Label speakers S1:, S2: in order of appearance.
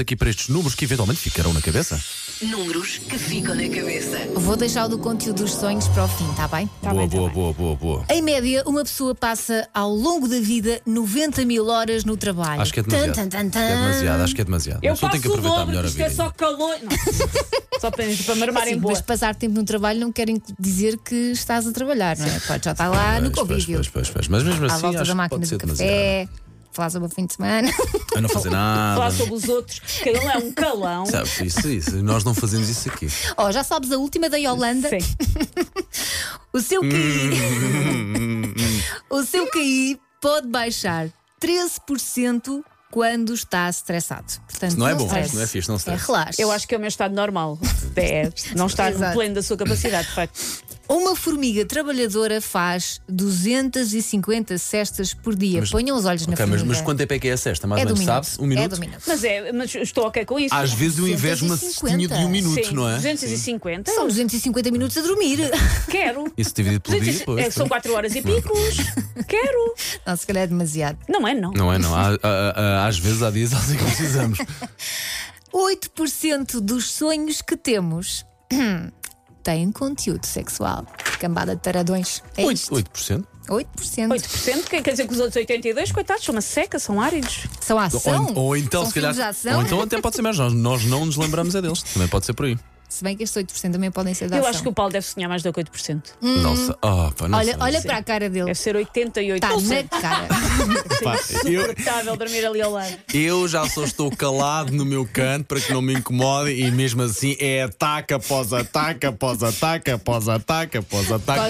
S1: aqui para estes números que eventualmente ficarão na cabeça.
S2: Números que ficam na cabeça.
S3: Vou deixar o do conteúdo dos sonhos para o fim, tá bem?
S1: boa, boa, boa, boa, boa.
S3: Em média, uma pessoa passa ao longo da vida 90 mil horas no trabalho.
S1: Acho que é demasiado.
S3: Tan, tan, tan,
S1: É
S3: tan.
S1: demasiado, acho que é demasiado.
S4: Eu
S1: A pessoa tem
S4: faço
S1: que
S4: o
S1: aproveitar
S4: dobro,
S1: melhor
S4: que
S1: a vida.
S4: isto é só calor. Não. Assim, só para, para me armarem
S3: Sim,
S4: boa.
S3: assim, mas passar tempo no trabalho não quer inc- dizer que estás a trabalhar, não é? Pode já estar lá no
S1: Pois, pois,
S3: convívio.
S1: pois, pois, pois. Mas mesmo
S3: À
S1: assim,
S3: volta
S1: acho
S3: da
S1: que
S3: máquina
S1: pode ser
S3: do
S1: demasiado.
S3: café, É. falar sobre o fim de semana.
S1: A não fazer
S4: Falar
S1: nada.
S4: sobre os outros. Cada um é um calão.
S1: Sabes, isso, isso. Nós não fazemos isso aqui.
S3: oh, já sabes a última da Yolanda.
S4: Sim.
S3: O seu QI.
S1: Hum.
S3: o seu QI pode baixar 13% quando está estressado. Portanto,
S1: Não é bom,
S3: stresse.
S1: não é fixe, não
S3: É,
S1: stresse.
S3: relaxa.
S4: Eu acho que é o meu estado normal. É, não está no
S3: Exato.
S4: pleno da sua capacidade, de facto.
S3: Uma formiga trabalhadora faz 250 cestas por dia. Ponham os olhos
S1: Ok,
S3: na
S1: mas,
S3: formiga.
S1: mas quanto tempo é que é esta? Mais ou
S3: é do
S1: menos,
S3: minuto.
S1: sabe-se? Um
S3: É
S1: minuto?
S3: do minuto.
S4: Mas, é, mas estou ok com isso.
S1: Às vezes eu invejo uma
S3: 250.
S1: cestinha de um minuto,
S4: Sim,
S1: não é?
S4: 250.
S3: São 250 minutos a dormir.
S4: Quero.
S1: Isso dividido pelo dia,
S4: 200
S1: pois.
S4: é, são
S1: pois.
S4: 4 horas e picos. Quero.
S3: Não, se calhar é demasiado.
S4: Não é, não.
S1: Não é, não. Há- há- há- Às vezes há dias assim que precisamos.
S3: 8% dos sonhos que temos têm conteúdo sexual. Cambada de taradões. É isto.
S1: 8%?
S3: 8%.
S4: 8%, que- quer dizer que os outros 82, coitados, são uma seca, são áridos.
S3: São a ação.
S1: Ou, ou então,
S3: São
S1: se calhar.
S3: filmes de ação.
S1: Ou então até pode ser mais. Nós, nós não nos lembramos é deles. Também pode ser por aí.
S3: Se bem que estes 8% também podem ser da
S4: Eu
S3: ação.
S4: acho que o Paulo deve sonhar mais do que 8%.
S1: Não sei. Ah, pá, não
S3: Hum. Olha,
S1: sei.
S3: olha para a cara dele.
S4: Deve ser 88%.
S3: Está
S4: É Não sei.
S3: na cara.
S1: Pá, eu,
S4: Insuportável dormir ali ao lado.
S1: eu já só estou calado no meu canto para que não me incomodem e mesmo assim é ataque após ataque após ataque após ataque após ataque.